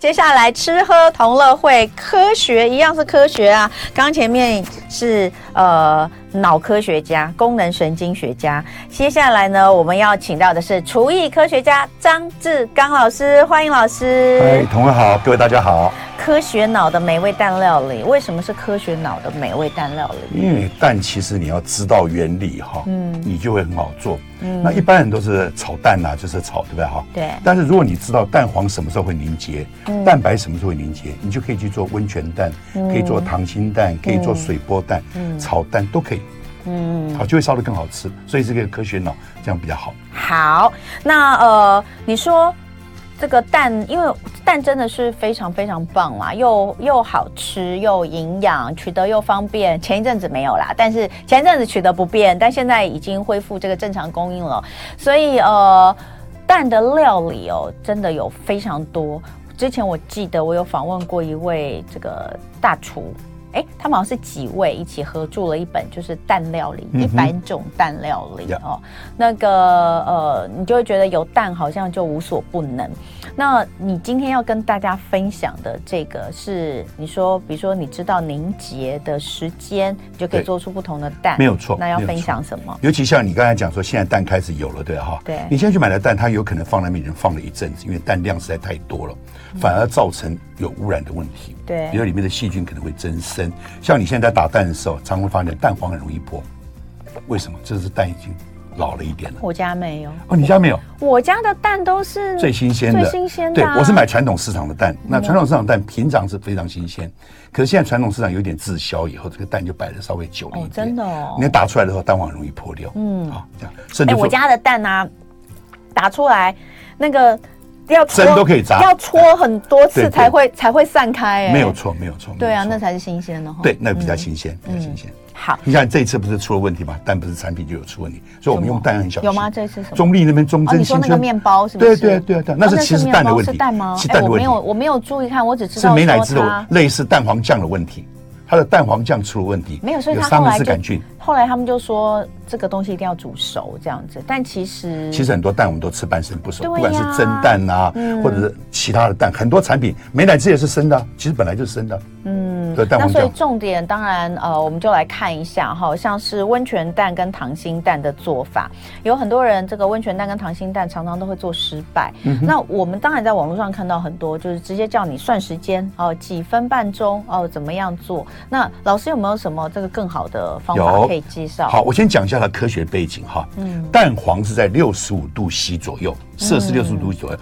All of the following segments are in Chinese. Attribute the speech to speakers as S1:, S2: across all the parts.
S1: 接下来吃喝同乐会，科学一样是科学啊。刚前面是呃脑科学家、功能神经学家，接下来呢我们要请到的是厨艺科学家张志刚老师，欢迎老
S2: 嗨
S1: 师，。
S2: 哎同学好，各位大家好。
S1: 科学脑的美味蛋料理，为什么是科学脑的美味蛋料理？
S2: 因为蛋其实你要知道原理哈，
S1: 嗯
S2: 你就会很好做。
S1: 嗯
S2: 那一般人都是炒蛋呐、就是炒，对不对哈？
S1: 对
S2: 但是如果你知道蛋黄什么时候会凝结，
S1: 嗯
S2: 蛋白什么时候会凝结，你就可以去做温泉蛋，
S1: 嗯
S2: 可以做溏心蛋，可以做水波蛋，
S1: 嗯
S2: 炒蛋都可以，
S1: 嗯，
S2: 好就会烧得更好吃。所以这个科学脑这样比较好。
S1: 好，那呃你说。这个蛋，因为蛋真的是非常非常棒啦，又又好吃又营养，取得又方便。前一阵子没有啦，但是前一阵子取得不便，但现在已经恢复这个正常供应了。所以呃，蛋的料理哦，真的有非常多。之前我记得我有访问过一位这个大厨。哎，他们好像是几位一起合著了一本，就是蛋料理一
S2: 嗯哼
S1: 百种蛋料理、
S2: Yeah
S1: 哦。那个呃，你就会觉得有蛋好像就无所不能。那你今天要跟大家分享的这个是，你说，比如说你知道凝结的时间，你就可以
S2: 对
S1: 做出不同的蛋，
S2: 没有错
S1: 那要
S2: 没有
S1: 分
S2: 错
S1: 享什么？
S2: 尤其像你刚才讲说，现在蛋开始有了，对哈？
S1: 对
S2: 你现在去买的蛋，它有可能放在那边已经放了一阵子，因为蛋量实在太多了，反而造成有污染的问
S1: 嗯
S2: 题。
S1: 对
S2: 比如里面的细菌可能会增生。像你现在在打蛋的时候，常会发现蛋黄很容易破，为什么？这是蛋已经老了一点了。
S1: 我家没有，
S2: 哦，你家没有
S1: 我家的蛋都是
S2: 最新鲜的？
S1: 嗯最新鲜的
S2: 对
S1: 啊、，嗯
S2: 我是买传统市场的蛋。那传统市场蛋平常是非常新鲜，可是现在传统市场有点滞销，以后这个蛋就摆的稍微久了一
S1: 哦
S2: 点。，
S1: 真的哦
S2: 你。打出来的时候，蛋黄很容易破掉。嗯，好，这样甚
S1: 哎、
S2: 至
S1: 我
S2: 说
S1: 家的蛋啊，打出来那个要戳
S2: 针都可以砸
S1: 要戳很多
S2: 对
S1: 次
S2: 对
S1: 才会才会散开、哎，
S2: 没有。错，没有错。
S1: 对啊，
S2: 没
S1: 那
S2: 有错
S1: 才嗯是新鲜的哈。
S2: 对，那比较新鲜，比较新鲜。
S1: 好，
S2: 你看这一次不是出了问题吗？蛋不是产品就有出问题，所以我们用蛋很小心。
S1: 有吗？这次什么？
S2: 中立那边忠
S1: 哦，
S2: 贞
S1: 你说
S2: 新
S1: 那个
S2: 村
S1: 面包是不是？
S2: 对对对对
S1: 哦
S2: 那是其实
S1: 面
S2: 蛋的
S1: 包
S2: 问
S1: 是
S2: 题
S1: 蛋吗？哎
S2: 是蛋的
S1: 我
S2: 问
S1: 没
S2: 题
S1: 有，我没有注意看，我只知
S2: 是
S1: 道
S2: 美乃
S1: 说
S2: 滋的
S1: 它
S2: 类似蛋黄酱的问题，它的蛋黄酱出了问题，
S1: 没有，所以
S2: 有
S1: 他
S2: 沙
S1: 后
S2: 门
S1: 来
S2: 氏
S1: 就嗯
S2: 杆菌。
S1: 后来他们就说这个东西一定要煮熟这样子，但其实
S2: 其实很多蛋我们都吃半生不熟，
S1: 对呀嗯
S2: 不管是蒸蛋啊，或者是其他的蛋，很多产品美乃滋也是生的啊，其实本来就是生的啊。嗯，对蛋
S1: 那
S2: 黄
S1: 所以
S2: 酱。
S1: 重点当然，呃，我们就来看一下哈，像是温泉蛋跟溏心蛋的做法，有很多人这个温泉蛋跟溏心蛋常常都会做失败。
S2: 嗯
S1: 那我们当然在网络上看到很多，就是直接叫你算时间哦，几分半钟哦，怎么样做？那老师有没有什么这个更好的方法
S2: 有
S1: 可以介绍？
S2: 好，我先讲一下它科学背景哈。蛋黄是在六十五度 C 左右，摄氏六十五度左右，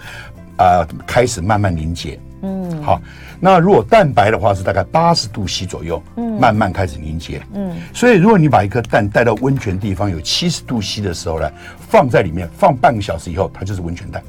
S2: 啊，开始慢慢凝结。嗯，好，那如果蛋白的话是大概八十度 C 左右，慢慢开始凝结。嗯，所以如果你把一颗蛋带到温泉地方有七十度 C 的时候呢，放在里面放半个小时以后，它就是温泉蛋。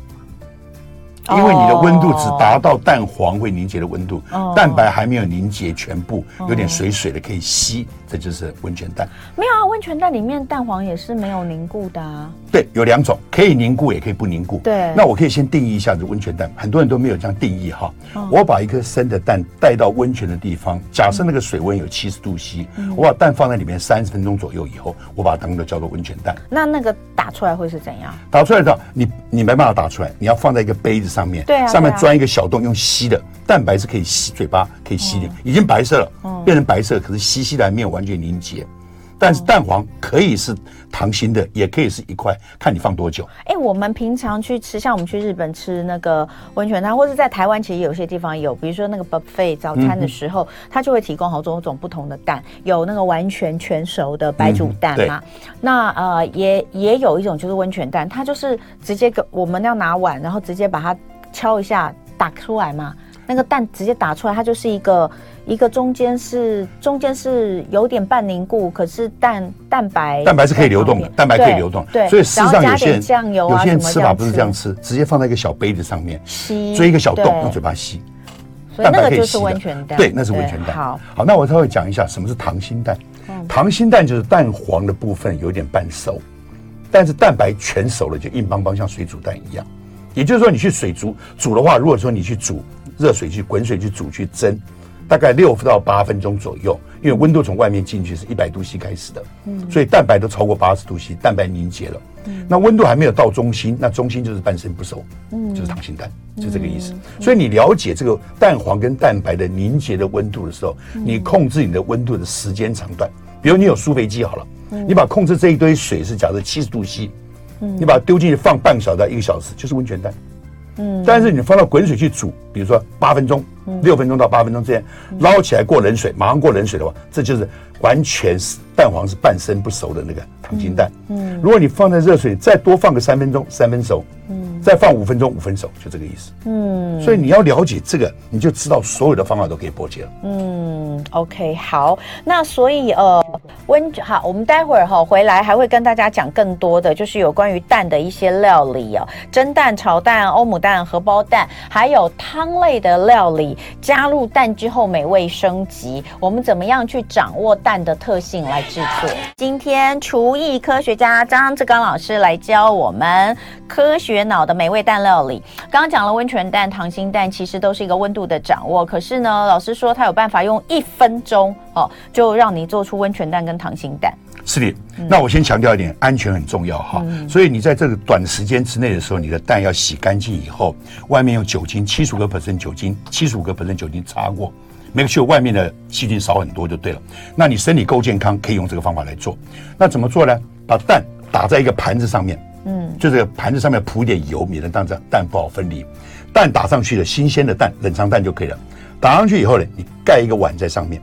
S2: 因为你的温度只达到蛋黄会凝结的温度，
S1: 哦
S2: 蛋白还没有凝结全部，有点水水的可以吸，这就是温泉蛋。
S1: 没有啊，温泉蛋里面蛋黄也是没有凝固的啊。
S2: 对，有两种，可以凝固也可以不凝固。
S1: 对
S2: 那我可以先定义一下这温泉蛋，很多人都没有这样定义哈。
S1: 哦
S2: 我把一颗生的蛋带到温泉的地方，假设那个水温有七十度 C，、我
S1: 嗯
S2: 把蛋放在里面三十分钟左右以后，我把它当做叫做温泉蛋。
S1: 那那个打出来会是怎样？
S2: 打出来的你你没办法打出来，你要放在一个杯子上面，
S1: 对啊
S2: 上面
S1: 对啊
S2: 钻一个小洞，用吸的，蛋白是可以吸，嘴巴可以吸进，已经白色
S1: 哦
S2: 了，变成白色，可是吸吸的还没有完全凝结。但是蛋黄可以是溏心的，也可以是一块，看你放多久。
S1: 哎、我们平常去吃，像我们去日本吃那个温泉汤，或是在台湾，其实有些地方有，比如说那个 buffet 早餐
S2: 嗯
S1: 的时候，它就会提供好多种不同的蛋，有那个完全全熟的
S2: 嗯
S1: 白煮蛋嘛，那呃也也有一种就是温泉蛋，它就是直接给我们要拿碗，然后直接把它敲一下打出来嘛，那个蛋直接打出来，它就是一个一个中间是中间是有点半凝固，可是蛋蛋白
S2: 蛋白是可以流动的，
S1: 在
S2: 蛋
S1: 旁边
S2: 白可以流动。
S1: 对，
S2: 所以事实
S1: 然后
S2: 上有
S1: 加
S2: 些人
S1: 点酱油啊
S2: 有些人
S1: 什么
S2: 吃法不是这样吃，直接放在一个小杯子上面，
S1: 吸，
S2: 追一个小洞，用嘴
S1: 巴，
S2: 巴吸，
S1: 所嗯以那个就是
S2: 的
S1: 温泉蛋，
S2: 对，那是温泉蛋。
S1: 好，，嗯
S2: 那我稍微讲一下什么是溏心蛋。溏心蛋就是蛋黄的部分有点半熟，但是蛋白全熟了就硬邦邦，像水煮蛋一样。也就是说，你去水煮煮的话，如果说你去煮热水去滚水去煮去蒸，大概六到八分钟左右，因为温度从外面进去是一百度 C 开始的，所以蛋白都超过八十度 C，蛋白凝结了。那温度还没有到中心，那中心就是半生不熟，就是溏心蛋，就这个意思。所以你了解这个蛋黄跟蛋白的凝结的温度的时候，你控制你的温度的时间长短。比如你有苏肥鸡好了，你把控制这一堆水是假设七十度 C，你把它丢进去放半小时到一个小时，就是温泉蛋。但是你放到滚水去煮，比如说八分钟、六分钟到八分钟之间，捞起来过冷水，马上过冷水的话，这就是完全是蛋黄是半生不熟的那个溏心蛋。嗯，如果你放在热水里再多放个三分钟，三分熟，嗯，再放五分钟，五分熟，就这个意思。嗯，所以你要了解这个，你就知道所有的方法都可以破解了。
S1: 嗯，OK，好，那所以呃，温好，我们待会儿哈、回来还会跟大家讲更多的，就是有关于蛋的一些料理哦，蒸蛋、炒蛋、欧姆蛋、荷包蛋，还有汤类的料理，加入蛋之后美味升级，我们怎么样去掌握蛋的特性来制作？今天厨艺科学家张志刚老师来教我们科学脑的美味蛋料理。刚刚讲了温泉蛋、溏心蛋，其实都是一个温度的掌握。可是呢，老师说他有办法用一分钟哦，就让你做出温泉蛋跟溏心蛋。
S2: 是的，那我先强调一点，安全很重要哈。所以你在这个短时间之内的时候，你的蛋要洗干净以后，外面用酒精七十五个 percent 酒精，七十五个 percent 酒精擦过，make sure 外面的细菌少很多就对了。那你身体够健康，可以用这个方法来做。那怎么做呢？把蛋打在一个盘子上面，嗯，就这个盘子上面铺一点油，免得蛋这蛋不好分离。蛋打上去了，新鲜的蛋，冷藏蛋就可以了。打上去以后呢，你盖一个碗在上面。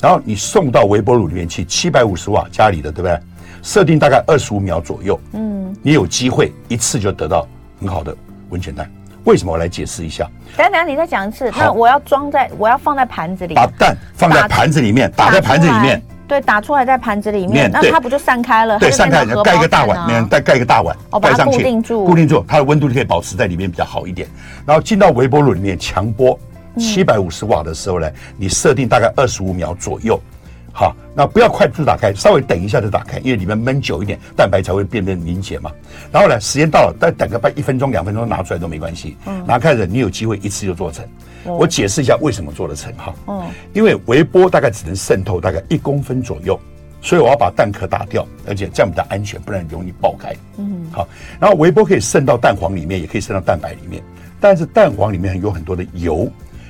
S2: 然后你送到微波炉里面去，七百五十瓦家里的，对不对？设定大概二十五秒左右，嗯，你有机会一次就得到很好的温泉蛋。为什么？我来解释一下，
S1: 等一下等一下，你再讲一次。
S2: 好
S1: 那我要装在，我要放在盘子里，
S2: 把蛋放在盘子里面，打在盘子里面
S1: 出，来。对，打出来在盘子里面，
S2: 面
S1: 那
S2: 对
S1: 它不就散开了？
S2: 对，
S1: 它就
S2: 散
S1: 变成
S2: 开
S1: 荷包
S2: 盖一个大
S1: 蛋
S2: 碗，
S1: 啊
S2: 每人再盖一个大碗
S1: 哦，把
S2: 盖
S1: 它
S2: 上去，
S1: 固定住
S2: 固定住，它的温度就可以保持在里面比较好一点。然后进到微波炉里面强波
S1: 嗯
S2: 七百五十瓦的时候呢，你设定大概二十五秒左右。好，那不要快速打开，稍微等一下就打开，因为里面焖久一点，蛋白才会变得凝结嘛。然后呢，时间到了，再等个半一分钟、两分钟拿出来都没关系。
S1: 嗯
S2: 拿开了，你有机会一次就做成。
S1: 哦
S2: 我解释一下为什么做得成哈。
S1: 嗯
S2: 因为微波大概只能渗透大概一公分左右，所以我要把蛋壳打掉，而且这样比较安全，不然容易爆开。嗯，好，然后微波可以渗到蛋黄里面，也可以渗到蛋白里面，但是蛋黄里面有很多的油，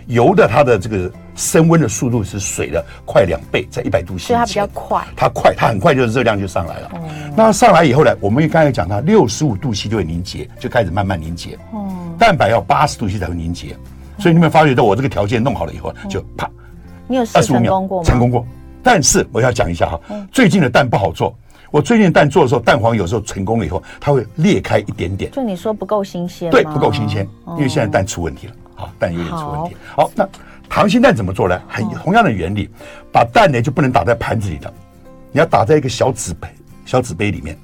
S2: 油的它的这个升温的速度是水的快两倍，在一百度 C 以
S1: 所以它
S2: 前
S1: 比较快哦
S2: 它快，它很快就热量就上来了。那上来以后呢，我们刚才讲它六十五度 C 就会凝结，就开始慢慢凝结。
S1: 嗯
S2: 蛋白要八十度 C 才会凝结，所以你有没有发觉到我这个条件弄好了以后，
S1: 嗯
S2: 就啪
S1: 你有试
S2: 二十五
S1: 成
S2: 秒
S1: 功过吗？嗯
S2: 成功过。但是我要讲一下哈，最近的蛋不好做。我最近的蛋做的时候，蛋黄有时候成功了以后，它会裂开一点点，
S1: 就你说不够新鲜吗，哦
S2: 对，不够新鲜，因为现在蛋出问题了，好，蛋有点出问题。好，那溏心蛋怎么做呢？
S1: 嗯
S2: 很同样的原理，把蛋呢就不能打在盘子里了，你要打在一个小纸杯、小纸杯里面，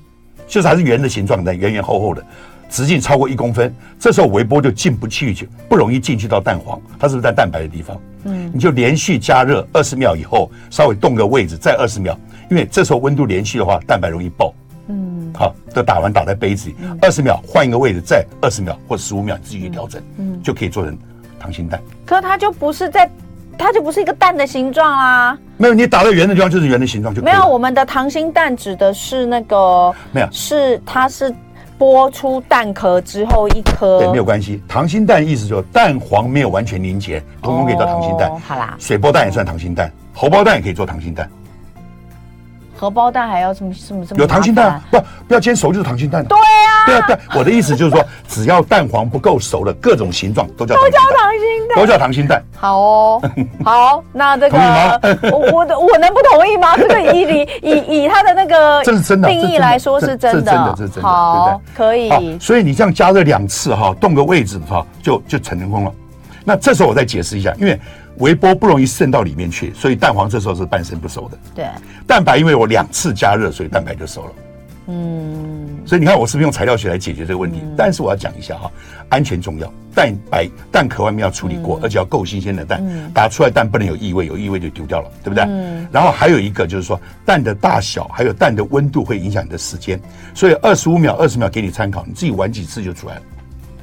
S2: 就是还是圆的形状的，圆圆厚厚的，直径超过一公分，这时候微波就进不去去，不容易进去到蛋黄，它是不是在蛋白的地方？嗯，你就连续加热二十秒以后，稍微动个位置，再二十秒，因为这时候温度连续的话，蛋白容易爆。好，都打完打在杯子里，二十秒换一个位置，再二十秒或十五秒你自己去调整，就可以做成溏心蛋。
S1: 可它就不是在，它就不是一个蛋的形状啦。
S2: 没有，你打到圆的地方就是圆的形状就可
S1: 没
S2: 以了。
S1: 有，我们的溏心蛋指的是那个，
S2: 没有
S1: 是它是剥出蛋壳之后一颗，
S2: 对，没有关系。溏心蛋意思就是蛋黄没有完全凝结，统统可以叫溏心蛋
S1: 哦。好啦，
S2: 水波蛋也算溏心蛋，荷包蛋也可以做溏心蛋。
S1: 荷包蛋还要这么这么这么
S2: 有溏心
S1: 麻
S2: 蛋
S1: 烦，
S2: 不不要煎熟就是溏心蛋。对啊，对啊，对啊。我的意思就是说，只要蛋黄不够熟的各种形状都叫溏心
S1: 要
S2: 蛋，
S1: 溏心 蛋。
S2: 都叫溏心蛋。
S1: 好哦， 好，那这个我我的我能不同意 吗？这个以理以以它的那个
S2: 这是真的
S1: 定
S2: 这
S1: 义
S2: 是真的
S1: 来说是真
S2: 这这是真的
S1: 的
S2: 这是真，的
S1: 好，可
S2: 好，
S1: 以，
S2: 所以你这样加热两次哈，动个位置哈，就就成功了。那这时候我再解释一下，因为微波不容易渗到里面去，所以蛋黄这时候是半生不熟的。
S1: 对，
S2: 蛋白因为我两次加热，所以蛋白就熟了。嗯，所以你看我是不是用材料学来解决这个问题？但是我要讲一下哈，安全重要，蛋白蛋壳外面要处理过，而且要够新鲜的蛋，打出来蛋不能有异味，有异味就丢掉了，对不对？然后还有一个就是说蛋的大小，还有蛋的温度会影响你的时间，所以二十五秒、二十秒给你参考，你自己玩几次就出来了。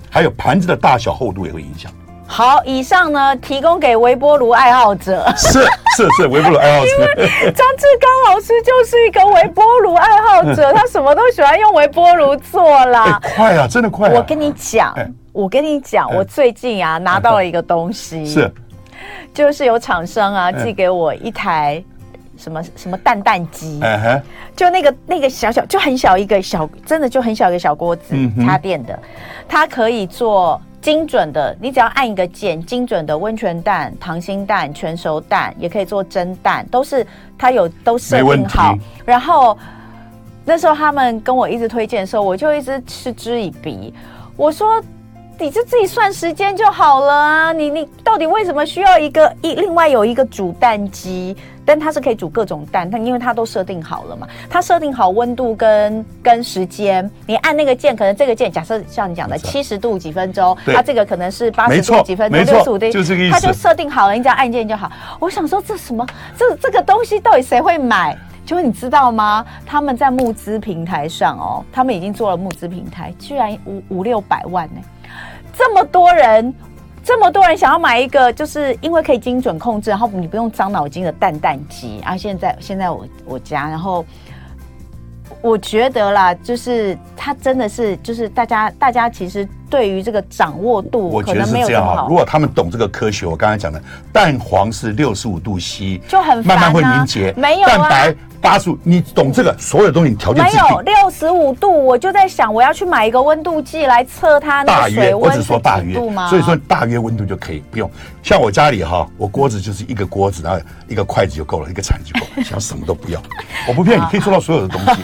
S2: 还有盘子的大小厚度也会影响。
S1: 好，以上呢提供给微波炉爱好 者。
S2: 是是是，微波炉爱好者。
S1: 张志刚老师就是一个微波炉爱好者，他什么都喜欢用微波炉做 啦。
S2: 哎 快啊，真的快啊！
S1: 我跟你讲
S2: 哎，
S1: 我跟你讲，
S2: 哎
S1: 我最近啊拿到了一个东西，
S2: 是哎
S1: 就是有厂商啊寄给我一台什么什么蛋蛋机，
S2: 嗯哼，
S1: 就那个那个小小就很小一个小，真的就很小一个小锅子
S2: 嗯，哼
S1: 插电的，它可以做。精准的，你只要按一个键，精准的温泉蛋、溏心蛋、全熟蛋，也可以做蒸蛋，都是它有都设
S2: 没问
S1: 定好
S2: 题。
S1: 然后那时候他们跟我一直推荐的时候，我就一直嗤之以鼻。我说你就自己算时间就好了啊！你你到底为什么需要一个一另外有一个煮蛋机？但它是可以煮各种蛋，它因为它都设定好了嘛，它设定好温度跟跟时间，你按那个键，可能这个键假设像你讲的
S2: 没错
S1: 七十度几分钟，
S2: 对
S1: 它这个可能是八
S2: 没
S1: 十
S2: 错
S1: 度几分钟，
S2: 没错
S1: 六十五度，
S2: 就这个意思
S1: 它就设定好了，你只要按键就好。我想说这什么这这个东西到底谁会买？结果你知道吗？他们在募资平台上哦，他们已经做了募资平台，居然五五六百万呢、这么多人，这么多人想要买一个，就是因为可以精准控制，然后你不用伤脑筋的蛋蛋机啊。现在现在我我家，然后我觉得啦，就是它真的是就是大家大家其实对于这个掌握度
S2: 我
S1: 可
S2: 觉得
S1: 能
S2: 是
S1: 没有
S2: 这
S1: 这么
S2: 样啊。
S1: 好
S2: 如，果他们懂这个科学，我刚才讲的，蛋黄是六十五度 C，
S1: 就很烦
S2: 慢
S1: 啊
S2: 慢会凝结，
S1: 没有啊
S2: 蛋白八十五，你懂这个，所有东西你条件
S1: 没
S2: 自己
S1: 有
S2: 定。
S1: 六十五度，我就在想我要去买一个温度计来测它那
S2: 大
S1: 个
S2: 约，
S1: 水
S2: 我
S1: 温
S2: 只
S1: 是
S2: 说大
S1: 几
S2: 约
S1: 度吗？，
S2: 所以说大约温度就可以，不用。像我家里哈，我锅子就是一个锅子，然后一个筷子就够了，一个铲子就够了，想什么都不要。 我不骗你，可以做到所有的东 西，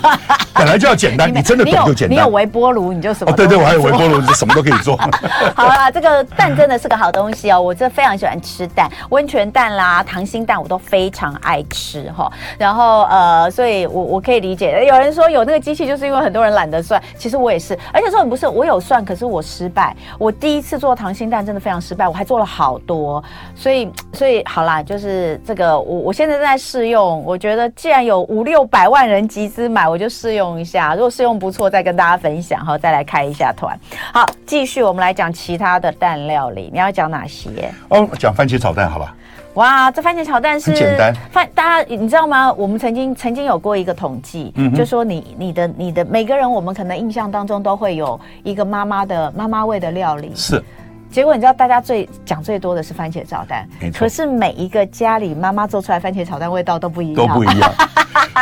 S2: 本来就要简单，你真的
S1: 你
S2: 懂
S1: 有
S2: 就简
S1: 你
S2: 单
S1: 有。微波炉，你就什么
S2: 哦，
S1: 都
S2: 对对，
S1: 能
S2: 我还有微
S1: 做
S2: 波炉，什么都可以做。
S1: 好啦，这个蛋真的是个好东西哦，我真的非常喜欢吃蛋，温泉蛋啦、溏心蛋我都非常爱吃哈。然后呃，所以我我可以理解，有人说有那个机器就是因为很多人懒得算，其实我也是，而且说不是我有算，可是我失败，我第一次做溏心蛋真的非常失败，我还做了好多，所以所以好啦，就是这个我我现在正在试用，我觉得既然有五六百万人集资买，我就试用一下，如果试用不错再跟大家分享哈，再来开一下团。好，继续我们来讲其他的蛋料理，你要讲哪些？
S2: 哦，讲番茄炒蛋好吧？
S1: 哇，这番茄炒蛋是
S2: 很简单
S1: 番，大家你知道吗？我们曾经曾经有过一个统计，
S2: 嗯
S1: 就说你你的你的每个人，我们可能印象当中都会有一个妈妈的妈妈味的料理。
S2: 是，
S1: 结果你知道大家最讲最多的是番茄炒蛋
S2: 没，错
S1: 可是每一个家里妈妈做出来番茄炒蛋味道都不一样，
S2: 都不一样。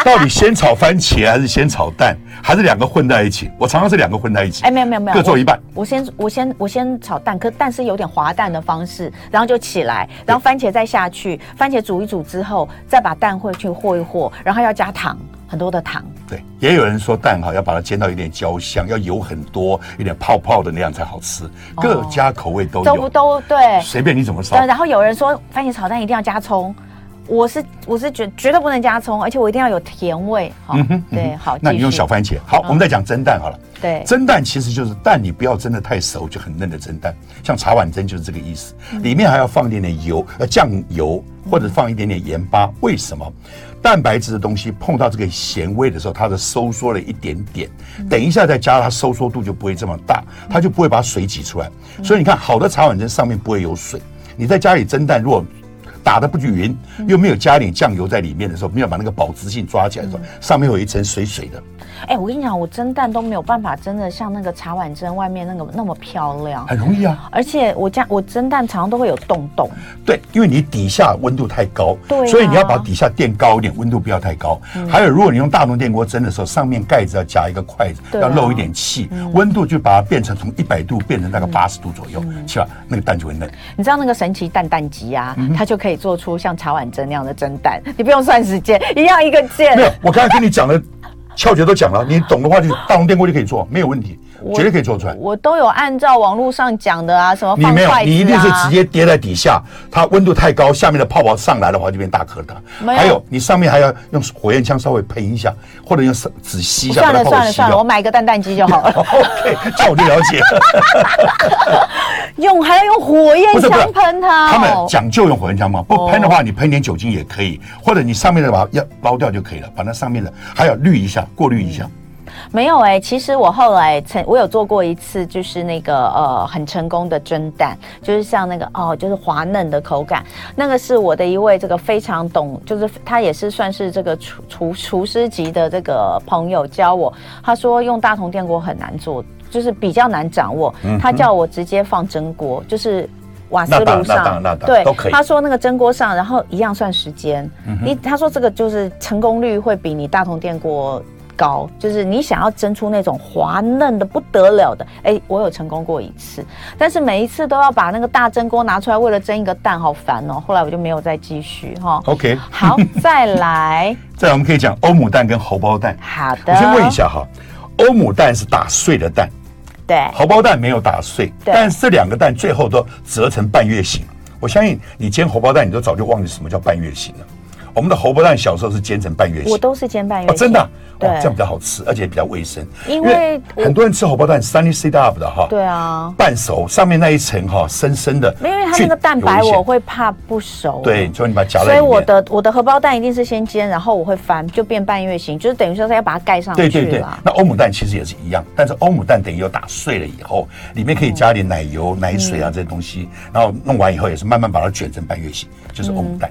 S2: 到底先炒番茄还是先炒蛋，还是两个混在一起？我常常是两个混在一起
S1: 哎，，没有没有没有，
S2: 各做一半。
S1: 我先我先我先炒蛋，可蛋是有点滑蛋的方式，然后就起来，然后番茄再下去，番茄煮一煮之后，再把蛋会去和一和，然后要加糖，很多的糖。
S2: 对，也有人说蛋哈要把它煎到有点焦香，要油很多，有点泡泡的那样才好吃。各家口味都
S1: 哦都不
S2: 有，
S1: 都对。
S2: 随便你怎么烧
S1: 对，。然后有人说番茄炒蛋一定要加葱，我是我是绝绝对不能加葱，而且我一定要有甜味。好，
S2: 嗯
S1: 对，好，
S2: 那你
S1: 继
S2: 用
S1: 续嗯
S2: 小番茄。好，我们再讲蒸蛋好了。
S1: 对
S2: 蒸蛋其实就是蛋，你不要蒸的太熟，就很嫩的蒸蛋，像茶碗蒸就是这个意思。里面还要放一点点油，呃，酱油或者放一点点盐巴。为什么？蛋白质的东西碰到这个咸味的时候，它的收缩了一点点，等一下再加它收缩度就不会这么大，它就不会把水挤出来。所以你看，好的茶碗蒸上面不会有水。你在家里蒸蛋，如果打的不匀，又没有加点酱油在里面的时候，没有把那个保质性抓起来的时候，上面会有一层水水的。
S1: 哎、我跟你讲，我蒸蛋都没有办法蒸的像那个茶碗蒸外面那个那么漂亮，
S2: 很容易啊。
S1: 而且我家我蒸蛋常常都会有洞洞。
S2: 对，因为你底下温度太高，
S1: 对啊嗯
S2: 所以你要把底下垫高一点，温度不要太高。还有，如果你用大铜电锅蒸的时候，上面盖子要夹一个筷子，
S1: 对啊嗯
S2: 要漏一点气，温度就把它变成从一百度变成大概八十度左右，
S1: 嗯
S2: 起码那个蛋就会嫩。
S1: 你知道那个神奇蛋蛋机啊，
S2: 嗯
S1: 它就可以做出像茶碗蒸那样的蒸蛋，你不用算时间，一样一个键
S2: 没。有，我刚才跟你讲的窍诀都讲了，你懂的话就大铜电锅就可以做，没有问题，
S1: 我
S2: 绝对可以做出来。
S1: 我都有按照网络上讲的啊，什么
S2: 你
S1: 放
S2: 没有
S1: 筷子啊，，
S2: 你一定是直接跌在底下，它温度太高，下面的泡泡上来的话就变大颗的。
S1: 没有
S2: 还有，你上面还要用火焰枪稍微喷一下，或者用手纸吸一下，
S1: 算
S2: 把
S1: 了
S2: 它泡泡
S1: 算了
S2: 吸
S1: 算了，我
S2: 掉。
S1: 买一个蛋蛋机就好了。
S2: 哦 OK，这样我就了解了。
S1: 用还要用火焰
S2: 不是不是
S1: 枪喷它、哦，
S2: 他们讲究用火焰枪嘛，不喷的话，你喷点酒精也可以，或者你上面的把它要捞掉就可以了，把那上面的还要滤一下，过滤一下。
S1: 没有哎、其实我后来曾我有做过一次，就是那个呃很成功的蒸蛋，就是像那个哦，就是滑嫩的口感，那个是我的一位这个非常懂，就是他也是算是这个厨厨厨师级的这个朋友教我，他说用大同电锅很难做，就是比较难掌握，他叫我直接放蒸锅，就是。瓦斯
S2: 那当
S1: 炉
S2: 那
S1: 上
S2: 当那，当
S1: 对，
S2: 都可以
S1: 他说那个蒸锅上，然后一样算时间。你他说这个就是成功率会比你大同电锅高，就是你想要蒸出那种滑嫩的不得了的。哎，我有成功过一次，但是每一次都要把那个大蒸锅拿出来，为了蒸一个蛋，好烦哦。后来我就没有再继续哈。
S2: OK，
S1: 好，再来，
S2: 再来我们可以讲欧姆蛋跟荷包蛋。
S1: 好
S2: 我
S1: 的。
S2: 先问一，下哈，欧姆蛋是打碎的蛋，
S1: 对，
S2: 荷包蛋没有打碎，
S1: 对
S2: 但是这两个蛋最后都折成半月形。我相信你煎荷包蛋，你都早就忘记什么叫半月形了。我们的荷包蛋小时候是煎成半月形
S1: 我，都是煎半月
S2: 哦，
S1: 形，
S2: 真的啊、
S1: 哎对
S2: 哦，这样比较好吃，而且比较卫生。
S1: 因为我
S2: 很多人吃荷包蛋 sunny side up 的哈，
S1: 对啊，
S2: 半熟上面那一层哈，深深的
S1: 没有因为它
S2: 菌有危险，
S1: 那个蛋白我会怕不熟。
S2: 对，就你把它夹
S1: 所
S2: 在
S1: 以
S2: 里
S1: 我
S2: 面。
S1: 的我的荷包蛋一定是先煎，然后我会翻，就变半月形，就是等于说是要把它盖上去
S2: 对
S1: 了。
S2: 对对，那欧姆蛋其实也是一样，但是欧姆蛋等于有打碎了以后，里面可以加点奶油、奶水啊这些东西，
S1: 嗯
S2: 然后弄完以后也是慢慢把它卷成半月形，就是欧姆蛋。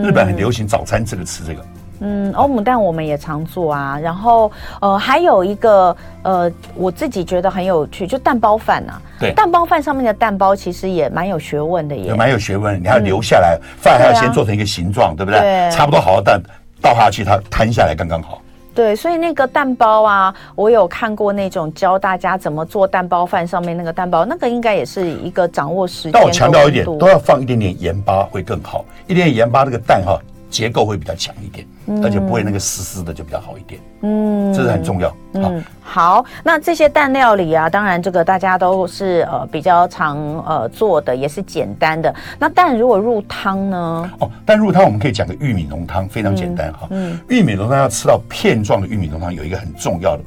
S2: 日本很流行早餐这个吃这个，
S1: 嗯，欧姆蛋我们也常做啊，然后呃还有一个呃我自己觉得很有趣，就蛋包饭啊。
S2: 对
S1: 蛋包饭上面的蛋包其实也蛮有学问的耶
S2: 也。蛮有学问。你还要留下来，饭还
S1: 嗯
S2: 要
S1: 对啊
S2: 先做成一个形状，对不对？
S1: 对
S2: 差不多好好蛋倒下去，它摊下来刚刚好。
S1: 对，所以那个蛋包啊，我有看过那种教大家怎么做蛋包饭上面那个蛋包，那个应该也是一个掌握时间。
S2: 但我强调一点，都要放一点点盐巴会更好，一点点盐巴那个蛋哈结构会比较强一点，
S1: 嗯
S2: 而且不会那个湿湿的就比较好一点。嗯，这是很重要。好，
S1: 嗯，好，那这些蛋料理啊，当然这个大家都是呃比较常呃做的，也是简单的。那蛋如果入汤呢？
S2: 哦，但入汤我们可以讲个玉米浓汤，非常简单哈、玉米浓汤要吃到片状的玉米浓汤，有一个很重要的，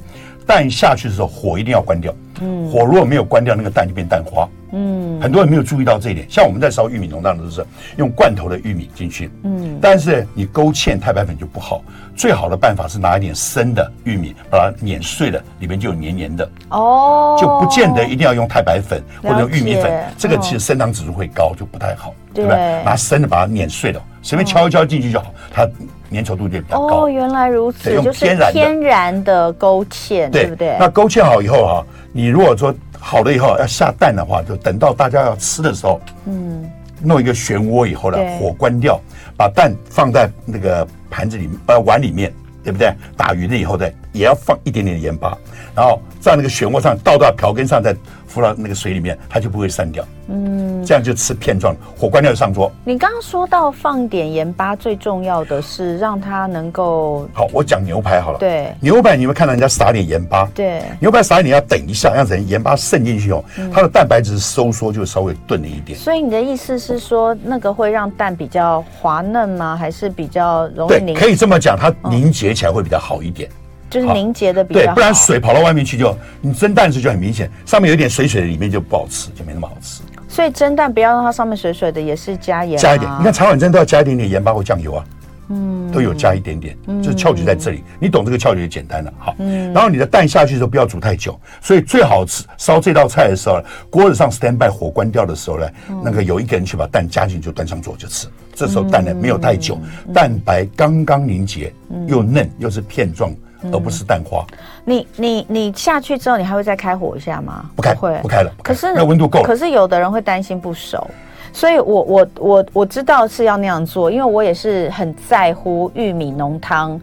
S2: 蛋下去的时候火一定要关掉。嗯，火如果没有关掉，那个蛋就变蛋花。嗯，很多人没有注意到这一点。像我们在烧玉米浓汤的时候，用罐头的玉米进去。嗯，但是你勾芡太白粉就不好。最好的办法是拿一点生的玉米，把它碾碎了，里面就有黏黏的。
S1: 哦，
S2: 就不见得一定要用太白粉或者用玉米粉
S1: 了解，嗯
S2: 这个其实升糖指数会高，就不太好，
S1: 对
S2: 吧？拿生的把它碾碎了，随便敲一敲进去就好，它粘稠度就比较高
S1: 哦，。原来如此
S2: 对，用
S1: 就是
S2: 天然的
S1: 天然的勾芡，对不对？
S2: 那勾芡好以后啊，你如果说好了以后要下蛋的话，就等到大家要吃的时候，嗯，弄一个漩涡以后呢
S1: 对，
S2: 火关掉，把蛋放在那个盘子里面，呃碗里面，对不对？打匀了以后再也要放一点点盐巴，然后在那个漩涡上倒到瓢羹上，再浮到那个水里面，它就不会散掉。嗯，这样就吃片状，火关掉就上桌。
S1: 你刚刚说到放点盐巴，最重要的是让它能够
S2: 好，我讲牛排好了。
S1: 对
S2: 牛排你会看到人家撒点盐巴，
S1: 对
S2: 牛排撒一点要等一下，让人盐巴渗进去哦，
S1: 嗯
S2: 它的蛋白质收缩就稍微钝了一点。
S1: 所以你的意思是说，那个会让蛋比较滑嫩吗？还是比较容易
S2: 对，
S1: 凝，
S2: 可以这么讲，它凝结起来会比较好一点。
S1: 就是
S2: 好
S1: 凝结哦的比较
S2: 对
S1: 好？，
S2: 不然水跑到外面去就你蒸蛋的时候就很明显，上面有一点水水的，里面就不好吃，就没那么好吃。
S1: 所以蒸蛋不要让它上面水水的，也是加盐、啊。
S2: 加一点，你看茶碗蒸都要加一点点盐巴或酱油啊，嗯，都有加一点点，
S1: 嗯
S2: 就是窍诀在这里。你懂这个窍诀就简单了，好。然后你的蛋下去的时候不要煮太久，所以最好吃烧这道菜的时候，锅子上 stand by 火关掉的时候呢，
S1: 嗯
S2: 那个有一个人去把蛋加进去就端上桌就吃。这时候蛋呢没有太久，
S1: 嗯
S2: 蛋白刚刚凝结，又嫩又是片状，而不是蛋花。
S1: 你你你下去之后，你还会再开火一下吗？
S2: 不开
S1: 嗯会，
S2: 不开了不
S1: 可
S2: 开了
S1: 是
S2: 那温度够了
S1: 可是有的人会担心不熟，所以我我我我知道是要那样做，因为我也是很在乎玉米浓汤，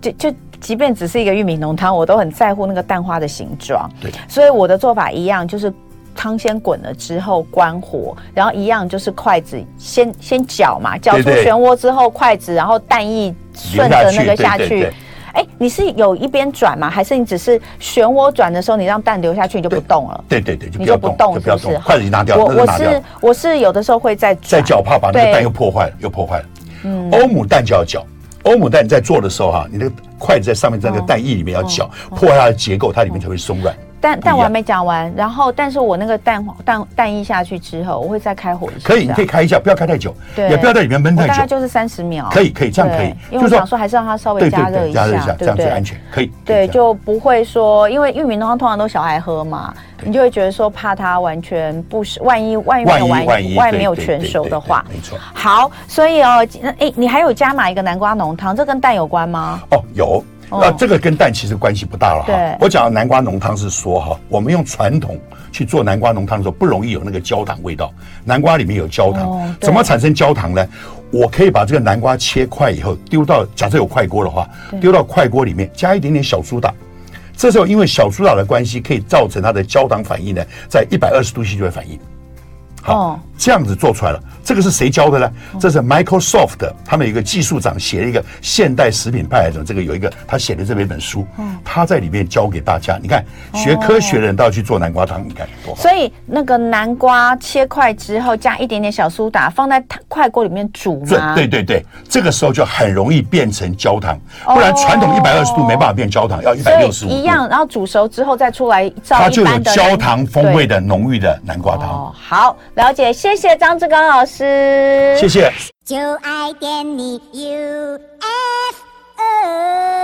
S1: 就就。即便只是一个玉米浓汤，我都很在乎那个蛋花的形状。
S2: 对，
S1: 所以我的做法一样，就是汤先滚了之后关火，然后一样就是筷子先先搅嘛，搅出
S2: 对对
S1: 漩涡之后，筷子然后蛋液顺着那个下
S2: 流下去对对
S1: 去
S2: 对。
S1: 哎，你是有一边转吗？还是你只是漩涡转的时候，你让蛋流下去你就不动了？
S2: 对对对，就
S1: 你
S2: 不
S1: 就
S2: 要
S1: 不
S2: 动，
S1: 动
S2: 就不要
S1: 是不是
S2: 动，筷子一拿掉，
S1: 我
S2: 那个
S1: 我
S2: 拿掉。
S1: 是我是有的时候会再
S2: 再
S1: 转
S2: 搅怕把那
S1: 对
S2: 个蛋又破坏了，又破坏了。
S1: 嗯
S2: 欧姆蛋就要搅，欧姆
S1: 哦
S2: 蛋你在做的时候哈、你那个筷子在上面在那个蛋液里面要搅，破坏它的结构，它里面才会松软。
S1: 蛋
S2: 不一
S1: 蛋
S2: 样
S1: 我还没讲完，然后但是我那个蛋黄蛋蛋液下去之后，我会再开火一下。
S2: 可以，你可以开一下，不要开太久，
S1: 啊对
S2: 也不要在里面闷
S1: 我大
S2: 太
S1: 概
S2: 久。
S1: 就是三十秒。
S2: 可以，可以，这样可以
S1: 对。因为我想说还是让它稍微
S2: 对对
S1: 加热
S2: 对，
S1: 一下，
S2: 一下，这
S1: 对不
S2: 样最
S1: 对
S2: 安？全。可以，可以
S1: 对，
S2: 这样
S1: 就不会说，因为玉米浓汤通常都小孩喝嘛，你就会觉得说怕它完全不是，万一万一没
S2: 万
S1: 有
S2: 一
S1: 完
S2: 万一
S1: 万一
S2: 对
S1: 没有
S2: 对
S1: 全
S2: 对
S1: 熟
S2: 对
S1: 的
S2: 对
S1: 话，
S2: 没错。
S1: 好，所以哦，那哎，你还有加码一个南瓜浓汤，这跟蛋有关吗？
S2: 哦，有。
S1: 哦
S2: 那这个跟蛋其实关系不大了
S1: 对
S2: 哈。我讲的南瓜浓汤是说哈，我们用传统去做南瓜浓汤的时候，不容易有那个焦糖味道。南瓜里面有焦
S1: 哦
S2: 糖，
S1: 对
S2: 怎么产生焦糖呢？我可以把这个南瓜切块以后，丢到假设有快锅的话，丢到快锅里面，加一点点小苏打。这时候因为小苏打的关系，可以造成它的焦糖反应呢，在一百二十度 C 就会反应。
S1: 哦
S2: 好，这样子做出来了。这个是谁教的呢？
S1: 哦
S2: 这是 Microsoft 的他们有一个技术长写了一个现代食品派来着，这个有一个他写的这么一本书，
S1: 哦
S2: 他在里面教给大家。你看，学科学的人都要去做南瓜汤，你看多好。
S1: 所以那个南瓜切块之后，加一点点小苏打，放在汤快锅里面煮
S2: 对
S1: 吗？
S2: 对对对，这个时候就很容易变成焦糖，
S1: 哦
S2: 不然传统一百二十度没办法变焦糖，要一百六十
S1: 所
S2: 五
S1: 以一
S2: 度，
S1: 样，然后煮熟之后再出来照
S2: 它
S1: 一
S2: 就有
S1: 般的
S2: 焦糖风味
S1: 的。
S2: 的浓郁的南瓜
S1: 对
S2: 汤。
S1: 哦，好，了解，谢谢张志刚老师，
S2: 谢谢。
S3: 就爱点你 UFO。